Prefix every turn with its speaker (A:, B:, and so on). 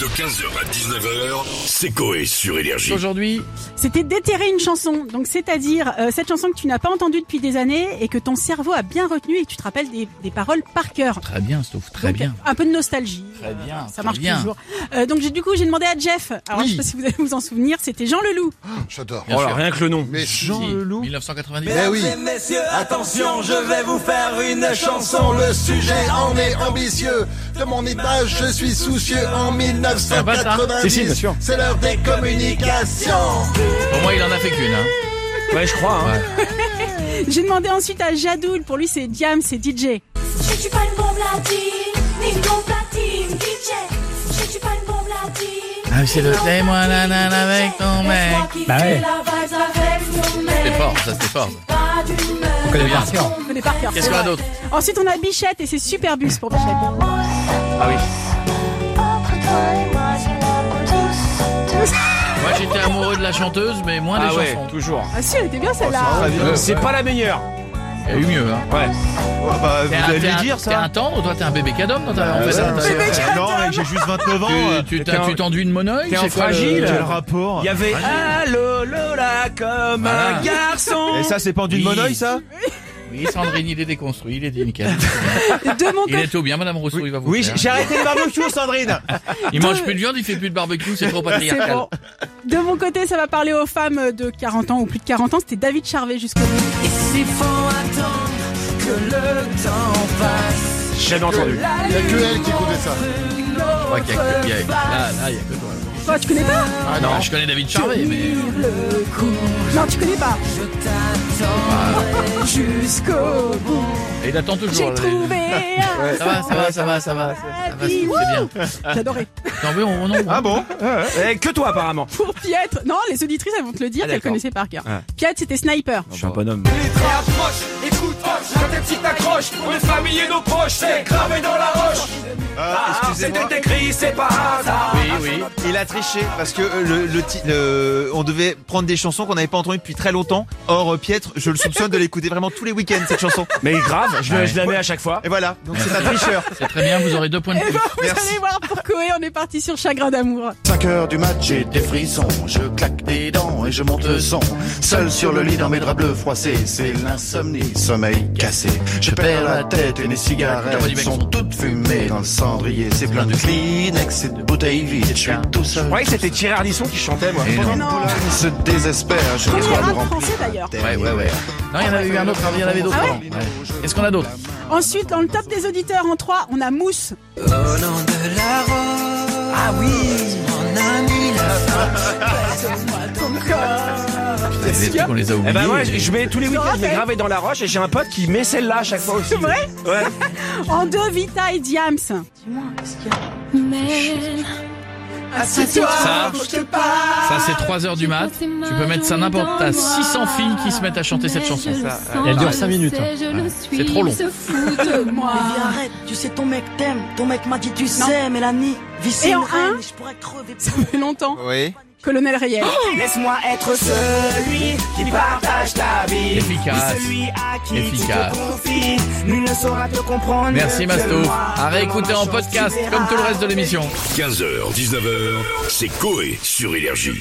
A: De 15h à 19h, c'est Coé sur Énergie.
B: Aujourd'hui,
C: C'était déterrer une chanson. Donc, c'est-à-dire euh, cette chanson que tu n'as pas entendue depuis des années et que ton cerveau a bien retenue et que tu te rappelles des, des paroles par cœur.
B: très bien, je trouve très
C: Donc,
D: Oh
B: bien.
C: Un peu de nostalgie. Euh,
B: Très bien,
C: Ça
B: très
C: marche
B: bien.
C: toujours. Euh, donc, j'ai- du coup, j'ai demandé à Jeff. Alors,
B: Oui.
C: je sais pas si vous allez vous en souvenir, c'était Jean Leloup.
E: J'adore.
B: Bien sûr.
D: rien que le nom.
E: Mais Jean
B: Si,
E: Leloup.
B: 1990.
F: Eh
E: Mais oui.
G: Mesdames et messieurs, attention, je vais vous faire une chanson. Le sujet en est
E: ambitieux. De mon image, je suis soucieux en
B: Ah bah ça.
E: 1990.
D: Si, si, bien sûr.
E: C'est l'heure des communications.
B: Pour moi, il en a fait qu'une. Hein.
D: Ouais, je crois. Hein.
C: J'ai demandé ensuite à Jadoul. Pour lui, c'est Diam, c'est DJ.
H: Je suis pas une bombe latine, ni une bombe platine, DJ. Je suis pas une bombe latine.
B: Ah, mais c'est le
H: ni une bombe
B: Fais-moi
H: platine,
B: nanana
H: DJ.
B: avec ton
H: Laisse-moi
B: mec.
H: kiffer
D: Bah ouais.
H: la vibes avec mon mec.
B: C'était fort, ça, c'était fort.
H: Pas d'humeur.
B: connaît bien. Bien sûr.
C: On connaît par cœur.
B: Qu'est-ce
C: c'est
B: qu'on a
C: vrai.
B: d'autre
C: Ensuite, on a Bichette et c'est Superbus pour Bichette.
D: Ah oui.
B: Moi, j'étais amoureux de la chanteuse, mais moins
D: Ah
B: des
D: ouais,
B: chansons.
D: toujours.
C: Ah, si, elle était bien
B: Oh,
C: celle-là.
D: C'est pas la meilleure.
B: Il y a eu mieux. Hein.
D: Ouais.
I: bah, vous
B: T'es un-
I: allez
B: t'es
I: lui
B: un-
I: dire
B: T'es
I: ça
B: un tendre ou toi, t'es un bébé cadom dans ta. en fait, dans ta-
I: Non, mais j'ai juste 29 ans. euh,
B: Tu tu
D: T'es
B: t'as-
D: un-
B: tu t'enduis de monoeil
D: t'es un
B: c'est quoi le-
D: fragile.
I: Quel rapport
D: Il y avait Allô Lola comme
B: Voilà.
D: un garçon.
I: Et ça, c'est pendu de
B: Oui.
I: mon oeil, ça
B: Oui, Sandrine, il est déconstruit, il est nickel.
C: De mon
B: Il
C: côté.
B: est tout bien, Madame Rousseau, il va vous
D: Oui,
B: plaire.
D: j'ai j'ai arrêté le barbecue, Sandrine.
B: Il mange plus de viande, il fait plus de barbecue, c'est trop
C: C'est
B: patriarcal.
C: bon. De mon côté, ça va parler aux femmes de 40 ans ou plus de 40 ans. C'était David Charvet jusqu'au bout.
D: Jamais entendu.
E: Il y a que elle qui écoutait ça.
B: Je crois qu'il y a que- il y a- Là, là, il y a que toi.
C: Toi, tu connais pas
B: Ah non, je connais David Charvet, mais.
C: Non, tu connais pas.
D: Oh,
B: Et il attend toujours.
C: J'ai
B: là,
C: trouvé un
B: Ça va, ça va, ça va, ça va. Ça va, c'est
C: Ah, Wouh
B: bien.
C: J'adorais.
B: T'en veux, on on-
I: Ah bon
D: Eh, que toi, apparemment.
C: Pour Pietre. Non, les auditrices, elles vont te le dire
D: Ah,
C: qu'elles
D: d'accord.
C: connaissaient par cœur.
D: Ouais.
C: Pietre, c'était Sniper.
D: Je suis un bonhomme.
I: Ah, Excusez-moi.
B: Oui, oui.
I: Il a triché parce que euh, le, le ti- le- on devait prendre des chansons qu'on n'avait pas entendues depuis très longtemps. Or, euh, Pietre, je le soupçonne de l'écouter vraiment tous les week-ends cette chanson.
D: Mais grave, je,
B: Ouais.
D: je la mets à chaque fois.
I: Et voilà, donc c'est un tricheur.
B: C'est très bien, vous aurez deux points de
C: Eh
B: plus.
C: ben, vous
I: Merci.
C: allez voir pour Koé, on est parti sur Chagrin d'amour.
F: 5 heures du match, j'ai des frissons. Je claque des dents et je monte le son. Seul sur le lit dans mes draps bleus froissés. C'est l'insomnie, sommeil cassé. Je perds la tête et mes cigarettes sont toutes fumées dans le cendrier. C'est plein de Kleenex et de bouteilles vides. Je suis tout seul.
D: Ouais, c'était Thierry Ardisson qui chantait, moi.
F: Et mon
C: Non.
F: Pologne se désespère. Je
C: Premier
F: dois me
C: rap
F: remplir
C: français,
F: la
C: d'ailleurs.
F: tête.
B: Ouais, ouais, ouais. Non, il y en avait eu un autre, il y en avait d'autres.
C: Ah
B: avant. Ouais. Est-ce qu'on a d'autres
C: Ensuite, dans le top des auditeurs en 3, on a Mousse. Ah
B: Des trucs, on les a
D: Eh
B: oubliés.
D: ben moi, je, je mets tous les week-ends, je
C: rappelle.
D: mets gravé dans la roche et j'ai un pote qui met celle-là à chaque fois aussi.
C: C'est vrai
D: Ouais.
C: En 2, Vita et Diams.
B: Ça, ça c'est 3 heures du mat. Tu peux mettre ça n'importe où. T'as 600 filles qui se mettent à chanter cette chanson.
D: Elle dure hein.
B: 5 minutes. C'est trop long.
C: Moi.
J: Mais viens, arrête, tu sais, ton mec t'aime. Ton mec m'a dit, tu sais, Mélanie, vis
C: Et en un
J: je pourrais crever.
C: Ça fait longtemps.
I: Oui.
C: Colonel Rayel.
G: Laisse-moi être celui qui partage ta vie.
B: Efficace.
G: Celui à qui tu
B: Efficace.
G: te confies. Nul ne saura te comprendre.
B: Merci
G: que
B: Masto.
G: moi.
B: À réécouter en podcast, comme tout le reste de l'émission.
A: 15h, 19h, c'est Coé sur Énergie.